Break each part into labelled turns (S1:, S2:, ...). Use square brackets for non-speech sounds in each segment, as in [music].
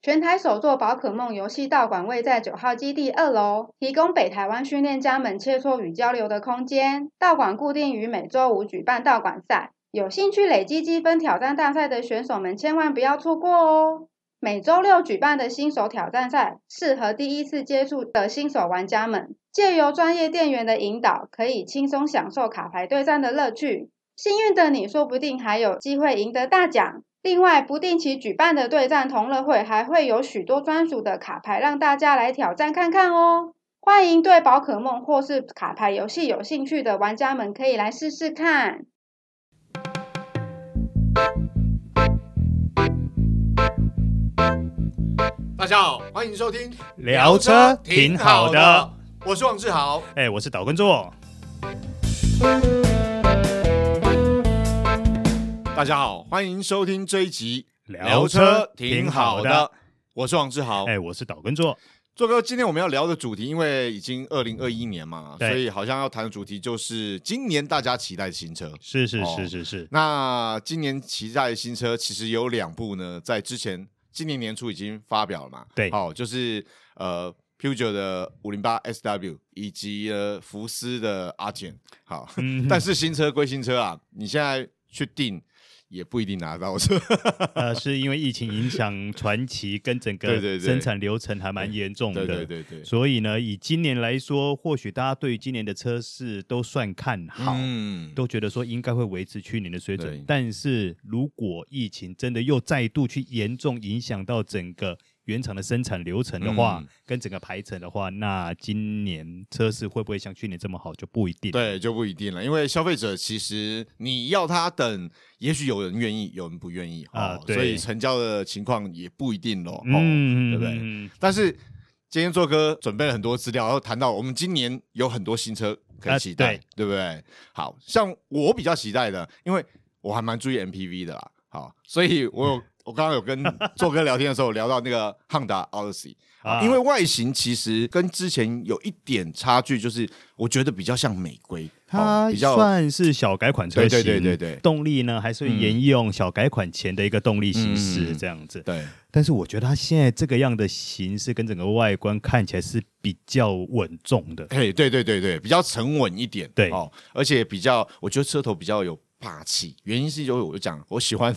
S1: 全台首座宝可梦游戏道馆位在九号基地二楼，提供北台湾训练家们切磋与交流的空间。道馆固定于每周五举办道馆赛，有兴趣累积积分挑战大赛的选手们千万不要错过哦！每周六举办的新手挑战赛，适合第一次接触的新手玩家们。借由专业店员的引导，可以轻松享受卡牌对战的乐趣。幸运的你，说不定还有机会赢得大奖。另外，不定期举办的对战同乐会还会有许多专属的卡牌让大家来挑战看看哦。欢迎对宝可梦或是卡牌游戏有兴趣的玩家们可以来试试看。
S2: 大家好，欢迎收听
S3: 聊车挺好的，
S2: 我是王志豪。
S3: 哎、我是岛根座。
S2: 大家好，欢迎收听这一集
S3: 聊车挺好的，
S2: 我是王志豪。
S3: 哎、我是岛根座。
S2: 做哥，今天我们要聊的主题，因为已经二零二一年嘛，
S3: 对
S2: 所以好像要谈的主题就是今年大家期待的新车。
S3: 是是
S2: 哦
S3: 是是是，
S2: 那今年期待的新车其实有两部呢，在之前今年年初已经发表了嘛。
S3: 对
S2: 哦，就是呃 Peugeot 的五零八 SW 以及呃福斯的阿简。好，[laughs]
S3: 嗯，
S2: 但是新车归新车啊，你现在去订也不一定拿到车。
S3: 呃，是因为疫情影响传奇跟整
S2: 对对对
S3: 个生产流程还蛮严重的，
S2: 对对对对，
S3: 所以呢，以今年来说，或许大家对于今年的车市都算看好。
S2: 嗯，
S3: 都觉得说应该会维持去年的水
S2: 对
S3: 准，但是如果疫情真的又再度去严重影响到整个原厂的生产流程的话，
S2: 嗯
S3: 跟整个排程的话，那今年车市会不会像去年这么好就不一定。
S2: 对，就不一定了，因为消费者其实你要他等，也许有人愿意，有人不愿意
S3: 啊
S2: 哦，
S3: 对
S2: 所以成交的情况也不一定咯。哦，
S3: 嗯，
S2: 对不对
S3: 嗯？
S2: 但是今天做哥准备了很多资料，然后谈到我们今年有很多新车可以
S3: 啊
S2: 期待，
S3: 对
S2: 对不对？好像我比较期待的，因为我还蛮注意 MPV 的啦。好，所以我
S3: [laughs]
S2: 有我刚刚有跟做哥聊天的时候聊到那个汉达 Odyssey，
S3: 啊
S2: 因为外形其实跟之前有一点差距，就是我觉得比较像美规，好
S3: 它
S2: 比较
S3: 算是小改款车
S2: 对
S3: 型，
S2: 对对对对
S3: 动力呢还是会沿用小改款前的一个动力形
S2: 嗯
S3: 式这样子。
S2: 对
S3: 但是我觉得它现在这个样的形式跟整个外观看起来是比较稳重的。
S2: 嘿，对对对对，比较沉稳一点，
S3: 对
S2: 哦，而且比较，我觉得车头比较有霸气。原因是因为我就讲，我喜欢，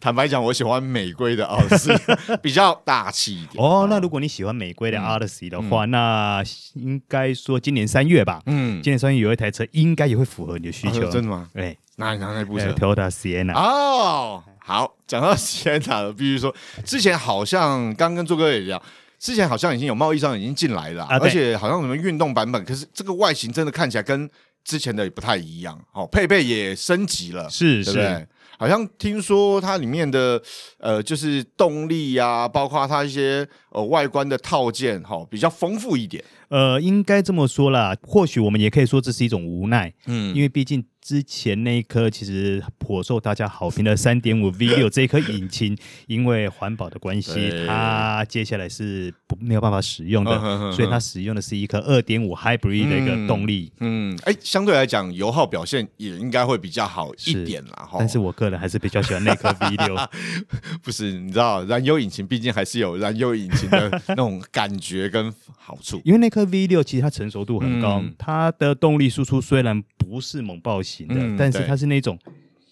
S2: 坦白讲，我喜欢美规的奥德赛， [laughs] 比较大气一点。
S3: 哦，那如果你喜欢美规的 Odyssey 的话，那应该说今年三月吧，
S2: 嗯，
S3: 今年三月有一台车应该也会符合你的需求。
S2: 啊真的吗？
S3: 哎，
S2: 哪哪那部
S3: 哎
S2: 车？
S3: ，Toyota Sienna，
S2: 哦，好，讲到 [laughs] 先塔了，必须说，之前好像刚跟做哥也聊。之前好像已经有贸易上已经进来了啊、
S3: 啊对
S2: 而且好像什么运动版本，可是这个外形真的看起来跟之前的也不太一样，哦，配备也升级了，对
S3: 是
S2: 不
S3: 是
S2: 对？好像听说它里面的呃，就是动力啊，包括它一些呃外观的套件，哈、比较丰富一点。
S3: 呃，应该这么说啦。或许我们也可以说这是一种无奈，
S2: 嗯
S3: 因为毕竟之前那一颗其实颇受大家好评的三点五 V
S2: [laughs]
S3: 六这一颗引擎，因为环保的关系
S2: 对，
S3: 它接下来是不没有办法使用
S2: 嗯哼哼哼
S3: 的，所以它使用的是一颗二点五 Hybrid 的一个动力。
S2: 嗯，哎，相对来讲，油耗表现也应该会比较好一
S3: 是
S2: 点啦，哈。
S3: 但是我个人还是比较喜
S2: [laughs]
S3: 欢那颗 V 六，
S2: 不是，你知道，燃油引擎毕竟还是有燃油引擎的那种感觉跟好处。
S3: 因为那颗 V 六其实它成熟度很高，
S2: 嗯
S3: 它的动力输出虽然不是猛爆型的，
S2: 嗯
S3: 但是
S2: 对
S3: 它是那种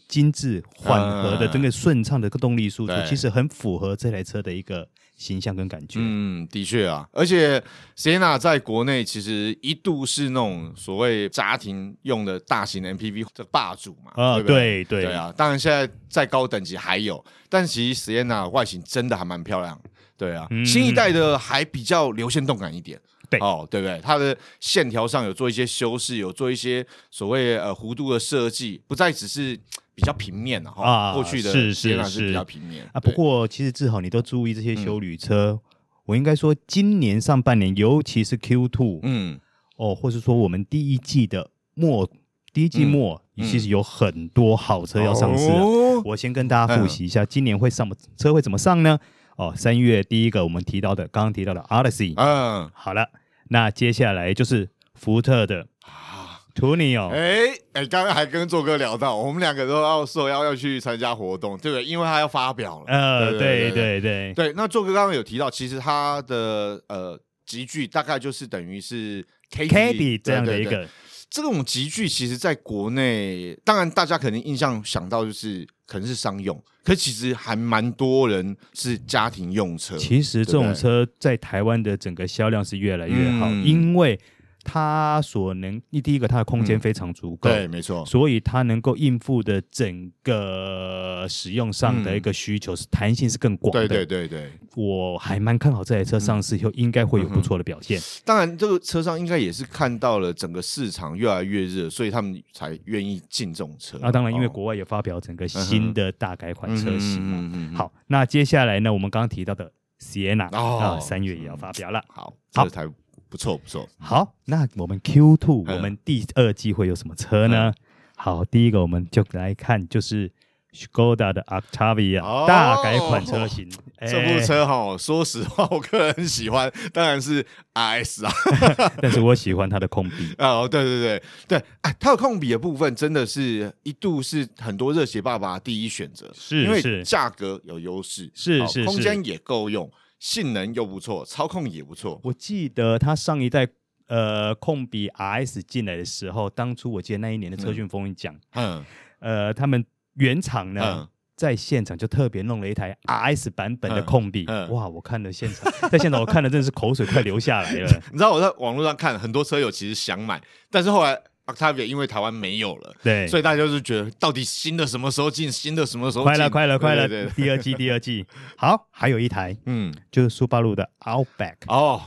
S3: 精致缓和的、
S2: 嗯
S3: 整个顺畅的一个动力输出
S2: 对，
S3: 其实很符合这台车的一个形象跟感觉。
S2: 嗯，的确啊，而且 Sienna 在国内其实一度是那种所谓家庭用的大型 MPV 的霸主嘛，
S3: 啊、
S2: 对不对？
S3: 对对
S2: 对啊，当然现在再高等级还有，但其实 Sienna 外形真的还蛮漂亮的，对啊，
S3: 嗯
S2: 新一代的还比较流线动感一点，
S3: 对
S2: 哦，对不对？它的线条上有做一些修饰，有做一些所谓呃弧度的设计，不再只是比较平面了哈、
S3: 啊
S2: 过去的
S3: 是
S2: Sienna
S3: 是
S2: 是比
S3: 是
S2: 较平面
S3: 啊，不
S2: 对嗯
S3: 过其实志豪，你都注意这些修旅车，我应该说今年上半年，尤其是 Q two、
S2: 嗯，
S3: 哦，或是说我们第一季的末，第一季末，
S2: 嗯
S3: 其实有很多好车要上市啊了。
S2: 哦嗯
S3: 我先跟大家复习一下，今年会上车会怎么上呢？哦，三月第一个我们提到的，
S2: 啊
S3: 刚
S2: 哦
S3: 刚提到的 Odyssey，、
S2: 嗯
S3: 好了，那接下来就是福特的
S2: 啊，
S3: 图你哦，
S2: 哎哎，刚刚还跟做哥聊到，我们两个都要受邀要去参加活动，对不对？因为他要发表了。
S3: 呃，
S2: 对
S3: 对对对，
S2: 对，那做哥刚刚有提到，其实他的呃集聚大概就是等于是 k
S3: k
S2: a
S3: a t i e 这样的一个，
S2: 这种集聚，其实在国内，当然大家可能印象想到就是可能是商用，可其实还蛮多人是家庭用车。
S3: 其实这种
S2: 对不对
S3: 车在台湾的整个销量是越来越好，
S2: 嗯
S3: 因为它所能，第一个它的空间
S2: 嗯
S3: 非常足够，
S2: 对，没错，
S3: 所以它能够应付的整个使用上的一个需求是弹性是更广的。
S2: 嗯对对对对。
S3: 我还蛮看好这台车上市以后应该会有不错的表现。
S2: 当然，这个车商应该也是看到了整个市场越来越热，所以他们才愿意进这种车。
S3: 那、啊当然，因为
S2: 哦
S3: 国外也发表整个新的大改款车型嘛。
S2: 嗯嗯嗯嗯嗯
S3: 好，那接下来呢，我们刚刚提到的 Sienna
S2: 哦
S3: 啊、三月也要发表了。
S2: 好，
S3: 好
S2: 这台不错不错。
S3: 好，那我们 Q two
S2: 嗯
S3: 我们第二季会有什么车呢？好，第一个我们就来看就是 Skoda 的 Octavia、
S2: 哦
S3: 大改款车型，
S2: 这部车哈，说实话，我个人喜欢当然是 RS 啊。 [laughs]
S3: 哎，但是我喜欢它的控比。
S2: 哦，对对对对，哎，它的控比的部分真的是一度是很多热血爸爸的第一选择，
S3: 是
S2: 因为
S3: 是
S2: 价格有优势，
S3: 是
S2: 哦
S3: 是
S2: 空
S3: 是
S2: 间也够用，性能又不错，操控也不错。
S3: 我记得它上一代呃控比 RS 进来的时候，当初我记得那一年的车讯风云奖，
S2: 嗯，
S3: 呃，他们原厂呢。
S2: 嗯
S3: 在现场就特别弄了一台 RS 版本的
S2: 嗯
S3: 控比，
S2: 嗯
S3: 哇！我看了现场，在现场我看的真的是口水快流下来
S2: [laughs]
S3: 了。
S2: 你知道我在网络上看很多车友其实想买，但是后来 Octavia 因为台湾没有了。
S3: 对，
S2: 所以大家就是觉得，到底新的什么时候进？新的什么时候进？
S3: 快了，快了，快了！
S2: 对对对
S3: 第二季，第二季。 [laughs] 好，还有一台
S2: 嗯，
S3: 就是苏巴鲁的 Outback，、
S2: 哦，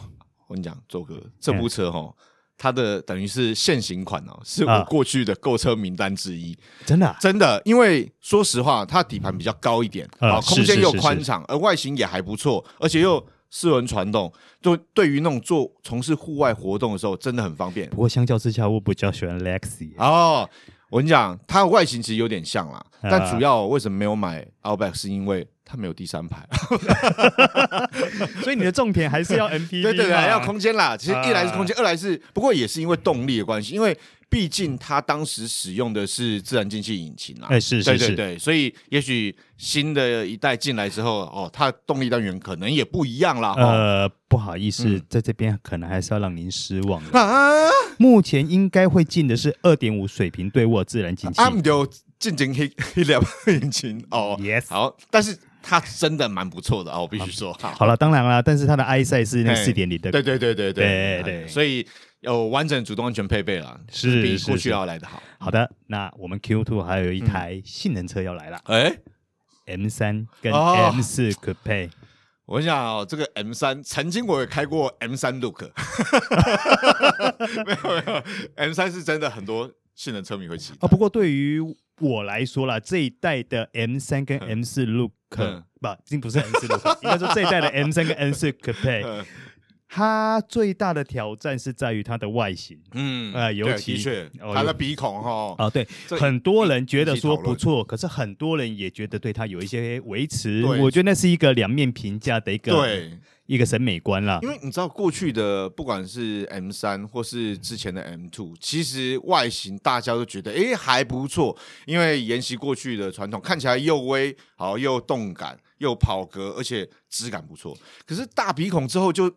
S2: 我跟你讲，周哥，这部车哈，
S3: 嗯
S2: 它的等于是现行款哦，是
S3: 啊
S2: 我过去的购车名单之一。
S3: 真的啊、
S2: 真的，因为说实话，它底盘比较高一点，
S3: 呃
S2: 啊，
S3: 是
S2: 空间
S3: 是
S2: 又
S3: 是嗯
S2: 宽敞，而外形也还不错，而且又四轮传动，就对于那种做从事户外活动的时候，真的很方便
S3: 不。过相较之下，我比较喜欢 Lexi。
S2: 哦，我跟你讲，它的外形其实有点像啦，
S3: 啊
S2: 但主要我为什么没有买 Outback 是因为它没有第三排。
S3: 所以你的重点
S2: [laughs]
S3: 还是要 MPV，
S2: 对对对，
S3: 嘛
S2: 要空间啦。其实
S3: 啊
S2: 一来是空间，二来是不过也是因为动力的关系，因为毕竟它当时使用的是自然进气引擎啦。
S3: 哎是是
S2: 对
S3: 是
S2: 对对，所以也许新的一代进来之后，哦，它的动力单元可能也不一样啦。哦，
S3: 呃，不好意思，
S2: 嗯
S3: 在这边可能还是要让您失望
S2: [laughs]
S3: 了。
S2: 啊，
S3: 目前应该会进的是二点五水平对卧自然进气。
S2: 阿姆啊就进行黑黑两引擎 [laughs] 哦。
S3: Yes
S2: 好，但是它真的蛮不错的啊，我必须说。好
S3: 好了，当然啦，但是它的 i 赛是那
S2: 嘿
S3: 四点零的，
S2: 对对对对
S3: 对
S2: 哎
S3: 对
S2: 所以有完整主动安全配备了，
S3: 是
S2: 比
S3: 是
S2: 过
S3: 是
S2: 去要来的好。
S3: 好的，那我们 Q two 还有一台
S2: 嗯
S3: 性能车要来了、
S2: 哎，
S3: m 三跟
S2: 哦
S3: M 四 Coupe，、
S2: 我想哦，这个 M 三，曾经我也开过 M 三 Look，没有没有，M 三是真的很多性能车迷会骑
S3: 啊，不过对于我来说啦，这一代的 M 三跟 M 四 Look，、
S2: 嗯
S3: 不，已经不是 M 四 Look，应
S2: [laughs]
S3: 该说这一代的 M 三跟 M 四 Coupe，
S2: 嗯
S3: 它最大的挑战是在于它的外形。
S2: 嗯
S3: 哎尤
S2: 对
S3: 其
S2: 的确，
S3: 哦
S2: 它
S3: 尤
S2: 的鼻孔哈，
S3: 啊，对，
S2: 哦这
S3: 很多人觉得
S2: 引起
S3: 说
S2: 讨论
S3: 不错，可是很多人也觉得对它有一些维持。
S2: 对
S3: 我觉得那是一个两面评价的一个
S2: 对，
S3: 一个审美观啦
S2: 因。为你知道过去的不管是 M 三或
S3: 嗯
S2: 是之前的 M two，其实外形大家都觉得诶还不错，因为沿袭过去的传统，看起来又威，好又动感，又跑格，而且质感不错。可是大鼻孔之后就，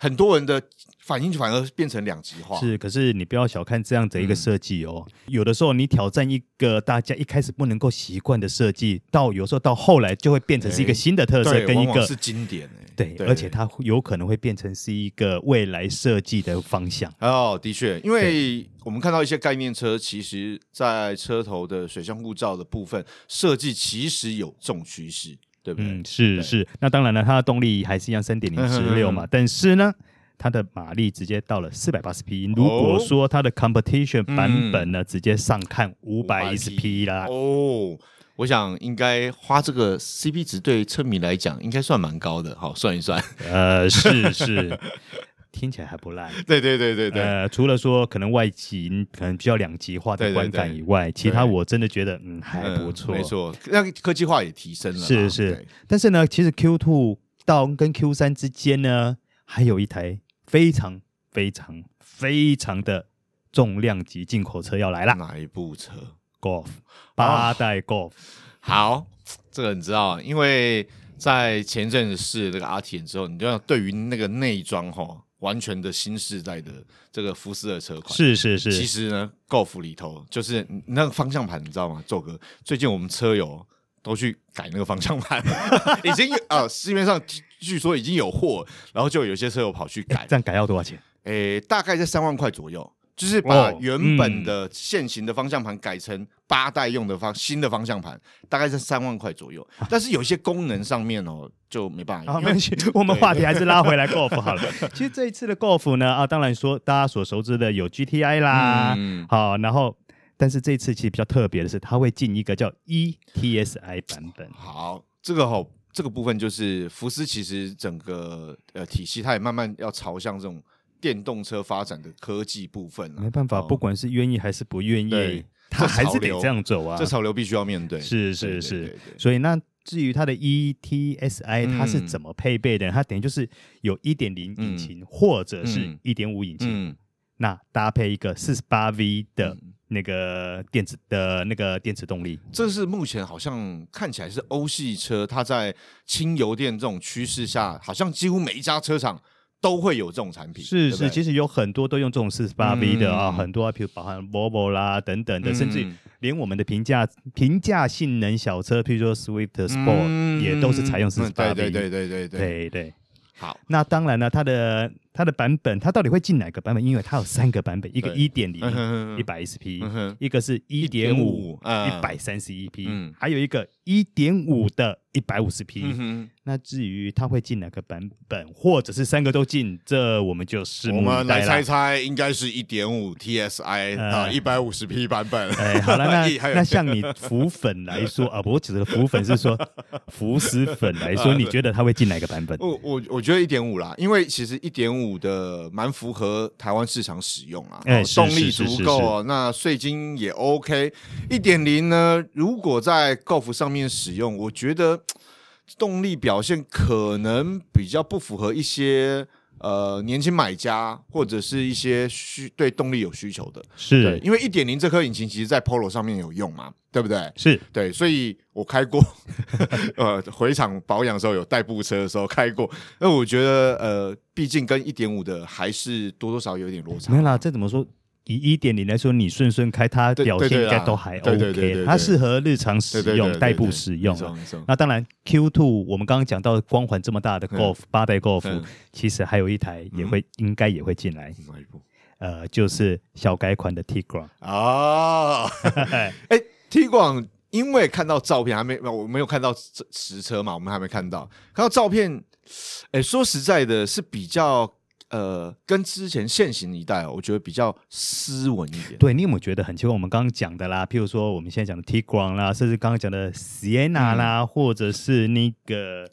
S2: 很多人的反应反而变成两极化。
S3: 是，可是你不要小看这样的一个
S2: 嗯
S3: 设计哦。有的时候你挑战一个大家一开始不能够习惯的设计，到有时候到后来就会变成是一个
S2: 哎
S3: 新的特色
S2: 对，
S3: 跟一
S2: 往
S3: 个
S2: 往是经典、欸、
S3: 对，而且它会有可能会变成是一个未来设计的方向。
S2: 哦，的确，因为我们看到一些概念车，其实在车头的水箱护罩的部分设计，其实有这种趋势，对不对？
S3: 嗯，是
S2: 对
S3: 是。那当然了，它的动力还是一样三
S2: [laughs]
S3: 点零直六嘛，但是呢，它的马力直接到了四百八十匹。如
S2: 哦
S3: 果说它的 competition
S2: 嗯
S3: 版本呢，直接上看五百一十匹啦。
S2: 哦，我想应该花这个 CP 值对车迷来讲，应该算蛮高的。好，算一算。
S3: 呃，是是， [laughs] 听起来还不赖。
S2: [laughs] 对对对对对，
S3: 呃，除了说可能外形可能比较两极化的
S2: 对对
S3: 观感
S2: 对
S3: 以外，其他
S2: 对
S3: 我真的觉得嗯还
S2: 嗯
S3: 不错，
S2: 没。错。那个科技化也提升了啦，
S3: 是是
S2: 对，
S3: 但是呢，其实 Q two 到跟 Q 三之间呢，还有一台非常非常非常的重量级进口车要来啦
S2: 哪一部车？
S3: ，Golf
S2: 哦
S3: 八代 Golf，
S2: 好，这个你知道，因为在前阵子试了这个 R T 之后，你就要对于那个内装哈，完全的新世代的这个福斯的车款。
S3: 是是
S2: 其
S3: 是，
S2: 实呢，Golf 里头就是你那个方向盘，你知道吗？宙哥，最近我们车友都去改那个方向
S3: [laughs]
S2: 盘，已经有啊、市面上据说已经有货了，然后就有些车友跑去改
S3: 这，样改要多少钱？
S2: 诶、大概在三万块左右，就是把
S3: 哦
S2: 原本的现行的方向盘改成八代用的方新的方向盘，大概在三万块左右。但是有一些功能上面哦，就没办法
S3: 啊，
S2: 用，
S3: 没关系， [laughs] 我们话题还是拉回来
S2: [laughs]
S3: golf 好了。其实这一次的 golf 呢，啊，当然说大家所熟知的有 GTI 啦，
S2: 嗯
S3: 好，然后但是这一次其实比较特别的是，它会进一个叫 E ETSI 版本。
S2: 好，这个吼、这个部分就是福斯其实整个呃体系，它也慢慢要朝向这种电动车发展的科技部分了、
S3: 没办法，
S2: 哦
S3: 不管是愿意还是不愿意
S2: 对，
S3: 它
S2: 这
S3: 还
S2: 潮
S3: 是得
S2: 流
S3: 这样走啊
S2: 这。潮流必须要面对。
S3: 是
S2: 对
S3: 是
S2: 对对
S3: 是
S2: 对，
S3: 所以那。至于它的 E ETSI 它是
S2: 嗯
S3: 怎么配备的呢？它等于就是有1.0引擎或者是
S2: 嗯
S3: 1.5引擎，
S2: 嗯，
S3: 那搭配一个四十八 V 的
S2: 嗯
S3: 那个电子的那个电池动力，
S2: 这是目前好像看起来是欧系车，它在轻油电这种趋势下，好像几乎每一家车厂都会有这种产品。
S3: 是
S2: 对不
S3: 是，
S2: 对
S3: 其实有很多都用这种四十八 V 的啊，
S2: 嗯
S3: 很多啊，譬如包含 Volvo 啦等等的，
S2: 嗯
S3: 甚至连我们的平价平价性能小车，譬如说 Swift Sport、
S2: 嗯
S3: 也都是采用四十八 V，
S2: 嗯对对对对对对
S3: 对对
S2: 好，
S3: 那当然了，它的它的版本，它到底会进哪个版本？因为它有三个版本，一个
S2: 对
S3: 一点零
S2: 嗯哼
S3: 一百一十匹
S2: 嗯，哼
S3: 一个是一点五
S2: 嗯
S3: 一百三十一匹
S2: 嗯，
S3: 还有一个一点五的一百五十匹。
S2: 嗯
S3: 那至于它会进哪个版本，或者是三个都进，这我们就拭
S2: 哼，
S3: 目
S2: 我们
S3: 以
S2: 来
S3: 待啦
S2: 猜猜，应该是一点五 TSI
S3: 呃
S2: 啊，一百五十匹版本。
S3: 哎，
S2: [laughs]
S3: 好了，那
S2: 还有
S3: 那像你浮粉来说啊，不，我指的浮粉是说浮石粉来说，你觉得它会进哪个版本？
S2: 我我我觉得一点五啦，因为其实一点五的蛮符合台湾市场使用啊，
S3: 哎
S2: 哦
S3: 是
S2: 动力
S3: 是是
S2: 足够哦，那税金也 OK。一点零呢，如果在 Golf 上面使用，我觉得嘖动力表现可能比较不符合一些。呃，年轻买家或者是一些需对动力有需求的，对，
S3: 是
S2: 因为一点零这颗引擎其实在 Polo 上面有用嘛，对不对？
S3: 是，
S2: 对，所以我开
S3: [laughs]
S2: 过，呃，回厂保养的时候有代步车的时候开过。那我觉得，呃，毕竟跟一点五的还是多多少少有点落差
S3: 没。有啦，这怎么说？以一点零来说，你顺顺开，它
S2: 对
S3: 表现
S2: 对对
S3: 应
S2: 啦
S3: 该都还
S2: 对对对对
S3: OK，
S2: 对
S3: 它适合日常使
S2: 对对对对
S3: 用、
S2: 对
S3: 代步使用
S2: 没错
S3: 啊。
S2: 没错
S3: 那当然，Q Two 我们刚刚讲到光环这么大的 Golf 八代 Golf，
S2: 嗯
S3: 其实还有一台也会应该也会进来，
S2: 哪一部
S3: 呃，就是小改款的 Tigra。
S2: 啊？哎，T 广，因为看到照片还没，我没有看到实实车嘛，我们还没看到，看到照片，哎，说实在的，是比较呃，跟之前现行一代哦，我觉得比较斯文一点。
S3: 对你有没有觉得很奇怪？我们刚刚讲的啦，譬如说我们现在讲的 Tiguan 啦，甚至刚刚讲的 Sienna 啦，或者是那个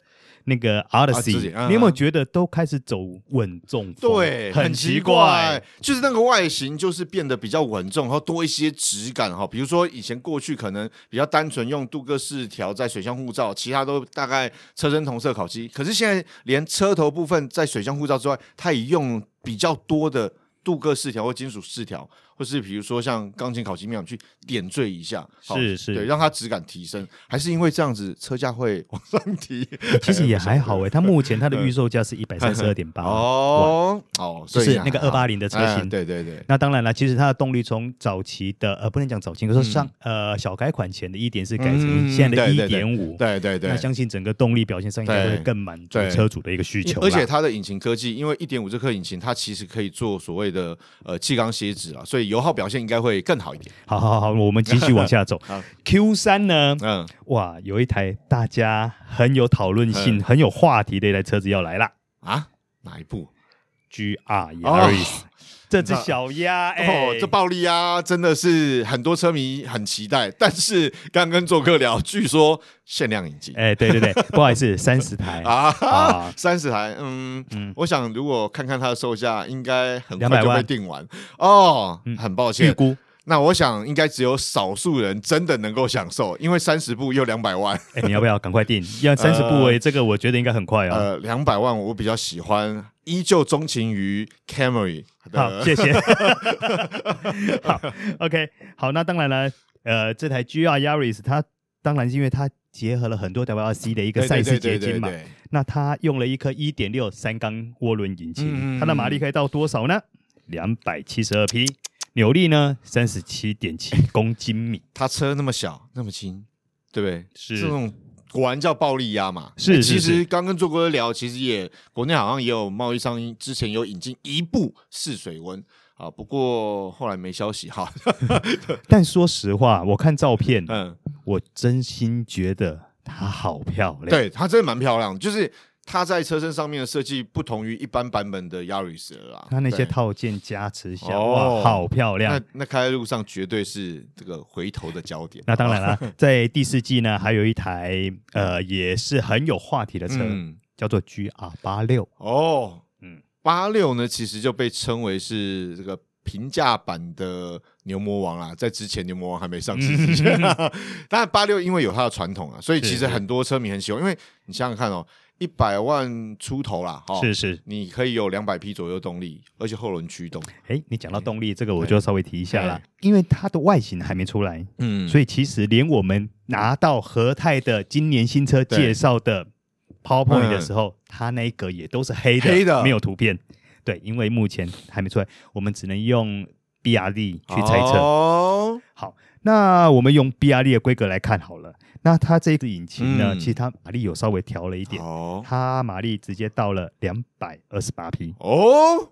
S3: 那个
S2: 嗯自己
S3: Odyssey，、
S2: 嗯
S3: 你有没有觉得都开始走稳重风？
S2: 对，
S3: 很
S2: 奇
S3: 怪。，
S2: 就是那个外形就是变得比较稳重，然后多一些质感哈。比如说以前过去可能比较单纯用镀铬饰条在水箱护罩，其他都大概车身同色烤漆，可是现在连车头部分在水箱护罩之外，它也用比较多的。镀铬饰条或金属饰条，或是比如说像钢琴烤漆面去点缀一下，好
S3: 是是
S2: 对，让它质感提升，还是因为这样子车价会往上
S3: [laughs]
S2: 提？
S3: 其实也还好诶、欸它目前它的预售价是一百三十二点八。
S2: 哎嗯 [laughs] 哦哦，所以
S3: 就是
S2: 也
S3: 那个
S2: 还好
S3: 280的车
S2: 哎
S3: 型
S2: 对对对，
S3: 那当然了，其实它的动力从早期的呃不能讲早期，可是上、呃小改款前的一点是改成
S2: 嗯
S3: 现在的
S2: 对
S3: 一
S2: 对对
S3: 点五，
S2: 对对对
S3: 那，相信整个动力表现上应该会
S2: 对
S3: 更满足
S2: 对
S3: 车主的一个需求啦。
S2: 而且它的引擎科技，因为一点五这颗引擎，它其实可以做所谓的呃气缸蝎子啊，所以油耗表现应该会更好一点。
S3: 好好好，我们继续往下走
S2: [laughs] 好。
S3: Q 三呢？
S2: 嗯，
S3: 哇，有一台大家很有讨论
S2: 嗯
S3: 性、很有话题的一台车子要来啦 E
S2: 啊，哪一部？
S3: ，GR
S2: 哦
S3: Yaris，、这只小鸭哎、
S2: 哦，这暴力啊，真的是很多车迷很期待。但是刚跟做客聊，据说限量引进、
S3: 哎、对
S2: [laughs]
S3: 对对，不好意思，三十台
S2: 啊
S3: 啊，
S2: 三十台。嗯，
S3: 嗯
S2: 我想如果看看它的售价，应该很
S3: 200
S2: 快就
S3: 万
S2: 会定完哦
S3: 嗯。
S2: 很抱
S3: 预
S2: 歉，
S3: 估
S2: 那我想应该只有少数人真的能够享受，因为三十部又两百万。呃
S3: 哎、你要不要赶快定？要三十部哎、这个我觉得应该很快哦。
S2: 呃，两百万我比较喜欢依旧钟情于 Camry
S3: 好，
S2: 的，[laughs]
S3: 谢谢。好，OK，好，那当然了，呃，这台 GR Yaris 它当然是因为它结合了很多 WRC 的一个
S2: 对
S3: 赛
S2: 对
S3: 事
S2: 对
S3: 结
S2: 对对
S3: 晶嘛，
S2: 对，
S3: 那它用了一颗1.6三缸涡轮引
S2: 嗯嗯
S3: 擎，
S2: 嗯
S3: 它的马力可以到多少呢？2 7 2匹，扭力呢37.7公
S2: [laughs]
S3: 斤米。
S2: 他车那么小那么轻，对不对？
S3: 是
S2: 这种果然叫暴力鸭嘛。
S3: 是
S2: 欸
S3: 是
S2: 其
S3: 是
S2: 实刚跟做哥聊，其实也国内好像也有贸易商之前有引进一部试水温啊，不过后来没消息哈。
S3: 但说实话，我看照片，
S2: [laughs] 嗯，
S3: 我真心觉得它好漂亮。，
S2: 对，它真的蛮漂亮，就是它在车身上面的设计不同于一般版本的 Yaris 了啦。
S3: 它那些
S2: 对
S3: 套件加持下，
S2: 哦
S3: 哇，好漂亮
S2: 那。那开在路上绝对是这个回头的焦点。
S3: 那当然
S2: 哦
S3: 啦， [laughs] 在第四季呢，还有一台呃也是很有话题的车，
S2: 嗯，
S3: 叫做 GR 八六。
S2: 哦，
S3: 嗯
S2: 嗯，八六呢，其实就被称为是这个平价版的牛魔王啦，在之前牛魔王还没上市之前， [laughs] 当然八六因为有它的传统啊，所以
S3: 嗯是
S2: 其实
S3: 是
S2: 很多车迷很喜欢，因为你想想看哦，一百万出头啦，哈、哦，
S3: 是是，
S2: 你可以有两百匹左右动力，而且后轮驱动，
S3: 哎，你讲到动力这个，我就稍微提一下啦
S2: 嗯哎，
S3: 因为它的外形还没出来，
S2: 嗯
S3: 所
S2: 以
S3: 以其实连我们拿到和泰的今年新车介绍的 PowerPoint
S2: 嗯
S3: 的时候，它那一格也都是黑的，
S2: 黑的
S3: [laughs] 没有图片。对，因为目前还没出来，我们只能用 BRD 去猜测。
S2: 哦，
S3: 好，那我们用 BRD 的规格来看好了。那它这个引擎呢，
S2: 嗯
S3: 其实它马力有稍微调了一点，
S2: 哦，
S3: 它马力直接到了两百二十八匹。
S2: 哦，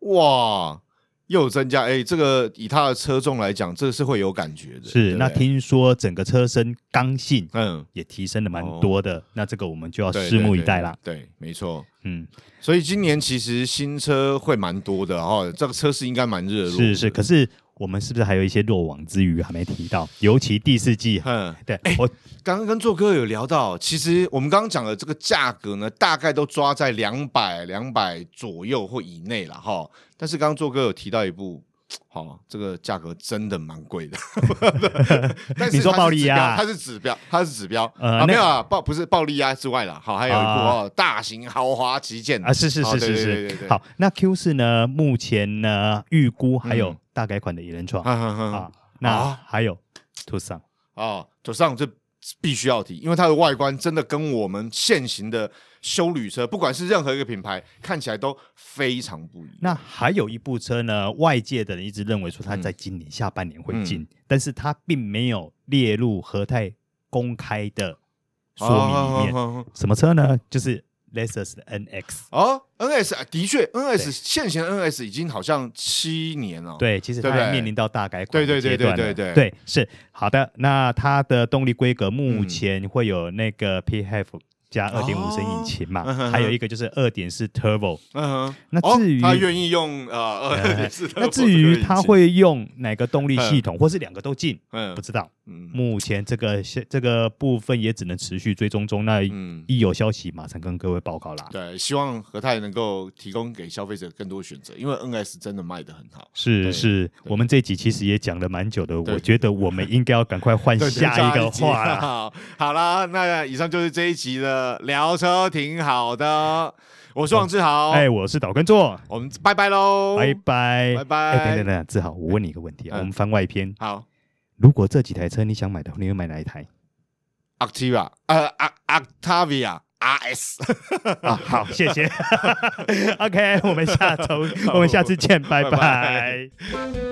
S2: 哇，又增加，哎、这个以它的车重来讲，这是会有感觉的，对
S3: 是，
S2: 不
S3: 那
S2: 对，
S3: 听说整个车身刚性
S2: 嗯。
S3: 也提升了蛮多的，那这个我们就要
S2: 对
S3: 哦拭目以待啦。。
S2: 对对对，没错。
S3: 嗯，
S2: 所以今年其实新车会蛮多的哦，这个车市应该蛮热络。
S3: 是是，，可是我们是不是还有一些漏网之鱼还没提到？尤其第四季，
S2: 嗯，
S3: 对、我
S2: 刚刚跟做哥有聊到，其实我们刚刚讲的这个价格呢，大概都抓在两百两百左右或以内了哈。但是刚刚做哥有提到一部。哦，这个价格真的蛮贵的， [laughs] 但是
S3: 你说
S2: 它是
S3: 暴力鸭
S2: 指标它是指标，它是指标，
S3: 呃那
S2: 啊，没有啊，暴不是暴力鸭之外啦，好，还有一部
S3: 啊
S2: 哦，大型豪华旗舰
S3: 啊，是是
S2: 哦
S3: 是
S2: 对
S3: 是
S2: 对对
S3: 是
S2: 对，对
S3: 好，那 Q 四呢？目前呢，预估还有
S2: 嗯
S3: 大改款的野人创、
S2: 哈哈哈哈
S3: 啊，那
S2: 啊
S3: 还有途桑，
S2: 啊，左上这必须要提，因为它的外观真的跟我们现行的修旅车，不管是任何一个品牌，看起来都非常不一样。
S3: 那还有一部车呢，外界的人一直认为说
S2: 嗯
S3: 它在今年下半年会进，但是它并没有列入和泰公开的说明里面。
S2: 哦
S3: 什么车呢？就是 Lexus 的 NX。
S2: 哦，NS 啊的确
S3: 对
S2: ，NS 现行的 NS 已经好像七年了。，
S3: 对，其实
S2: 哦对
S3: 它
S2: 不对
S3: 还面临到大改款
S2: 对
S3: 的
S2: 对对
S3: 阶段
S2: 对
S3: 了
S2: 对对
S3: 对，是好的。那它的动力规格目前会有那个
S2: 嗯
S3: p h e v 加二点五升引擎嘛，
S2: 嗯哼哼
S3: 还有一个就是二点四 Turbo。
S2: 嗯哼，
S3: 那
S2: 哦
S3: 至于
S2: 他愿意用呃
S3: 呃
S2: NS 的
S3: 那
S2: 我这
S3: 至
S2: 个引
S3: 于
S2: 擎
S3: 它，会用哪个动力系统，或是两个都进，
S2: 嗯
S3: 不知道。
S2: 嗯
S3: 目前这个现这个部分也只能持续追踪中，那
S2: 嗯，
S3: 一有消息马上跟各位报告啦。
S2: 对，希望和泰能够提供给消费者更多选择，因为 NS 真的卖的很好。
S3: 是
S2: 对
S3: 是，我们这集其实也讲了蛮久的，
S2: 对
S3: 我觉得我们应该要赶快
S2: [laughs]
S3: 换
S2: 对
S3: 下一个话
S2: [laughs]
S3: 啦。
S2: 好，好啦，那以上就是这一集的聊车，挺好的。我是王志豪，
S3: 哎，我是岛根座，
S2: 我们拜拜喽，
S3: 拜拜
S2: 拜拜
S3: 哎，等等等等，志豪，我问你一个问题，
S2: 嗯
S3: 啊，我们番外篇，
S2: 好
S3: 如果这几台车你想买的话，你会买哪一台？
S2: ，Activa，呃，Oc-，Octavia RS，
S3: 啊，好，谢谢。OK，我们下周，我们下次见，拜
S2: 拜
S3: 拜
S2: 拜。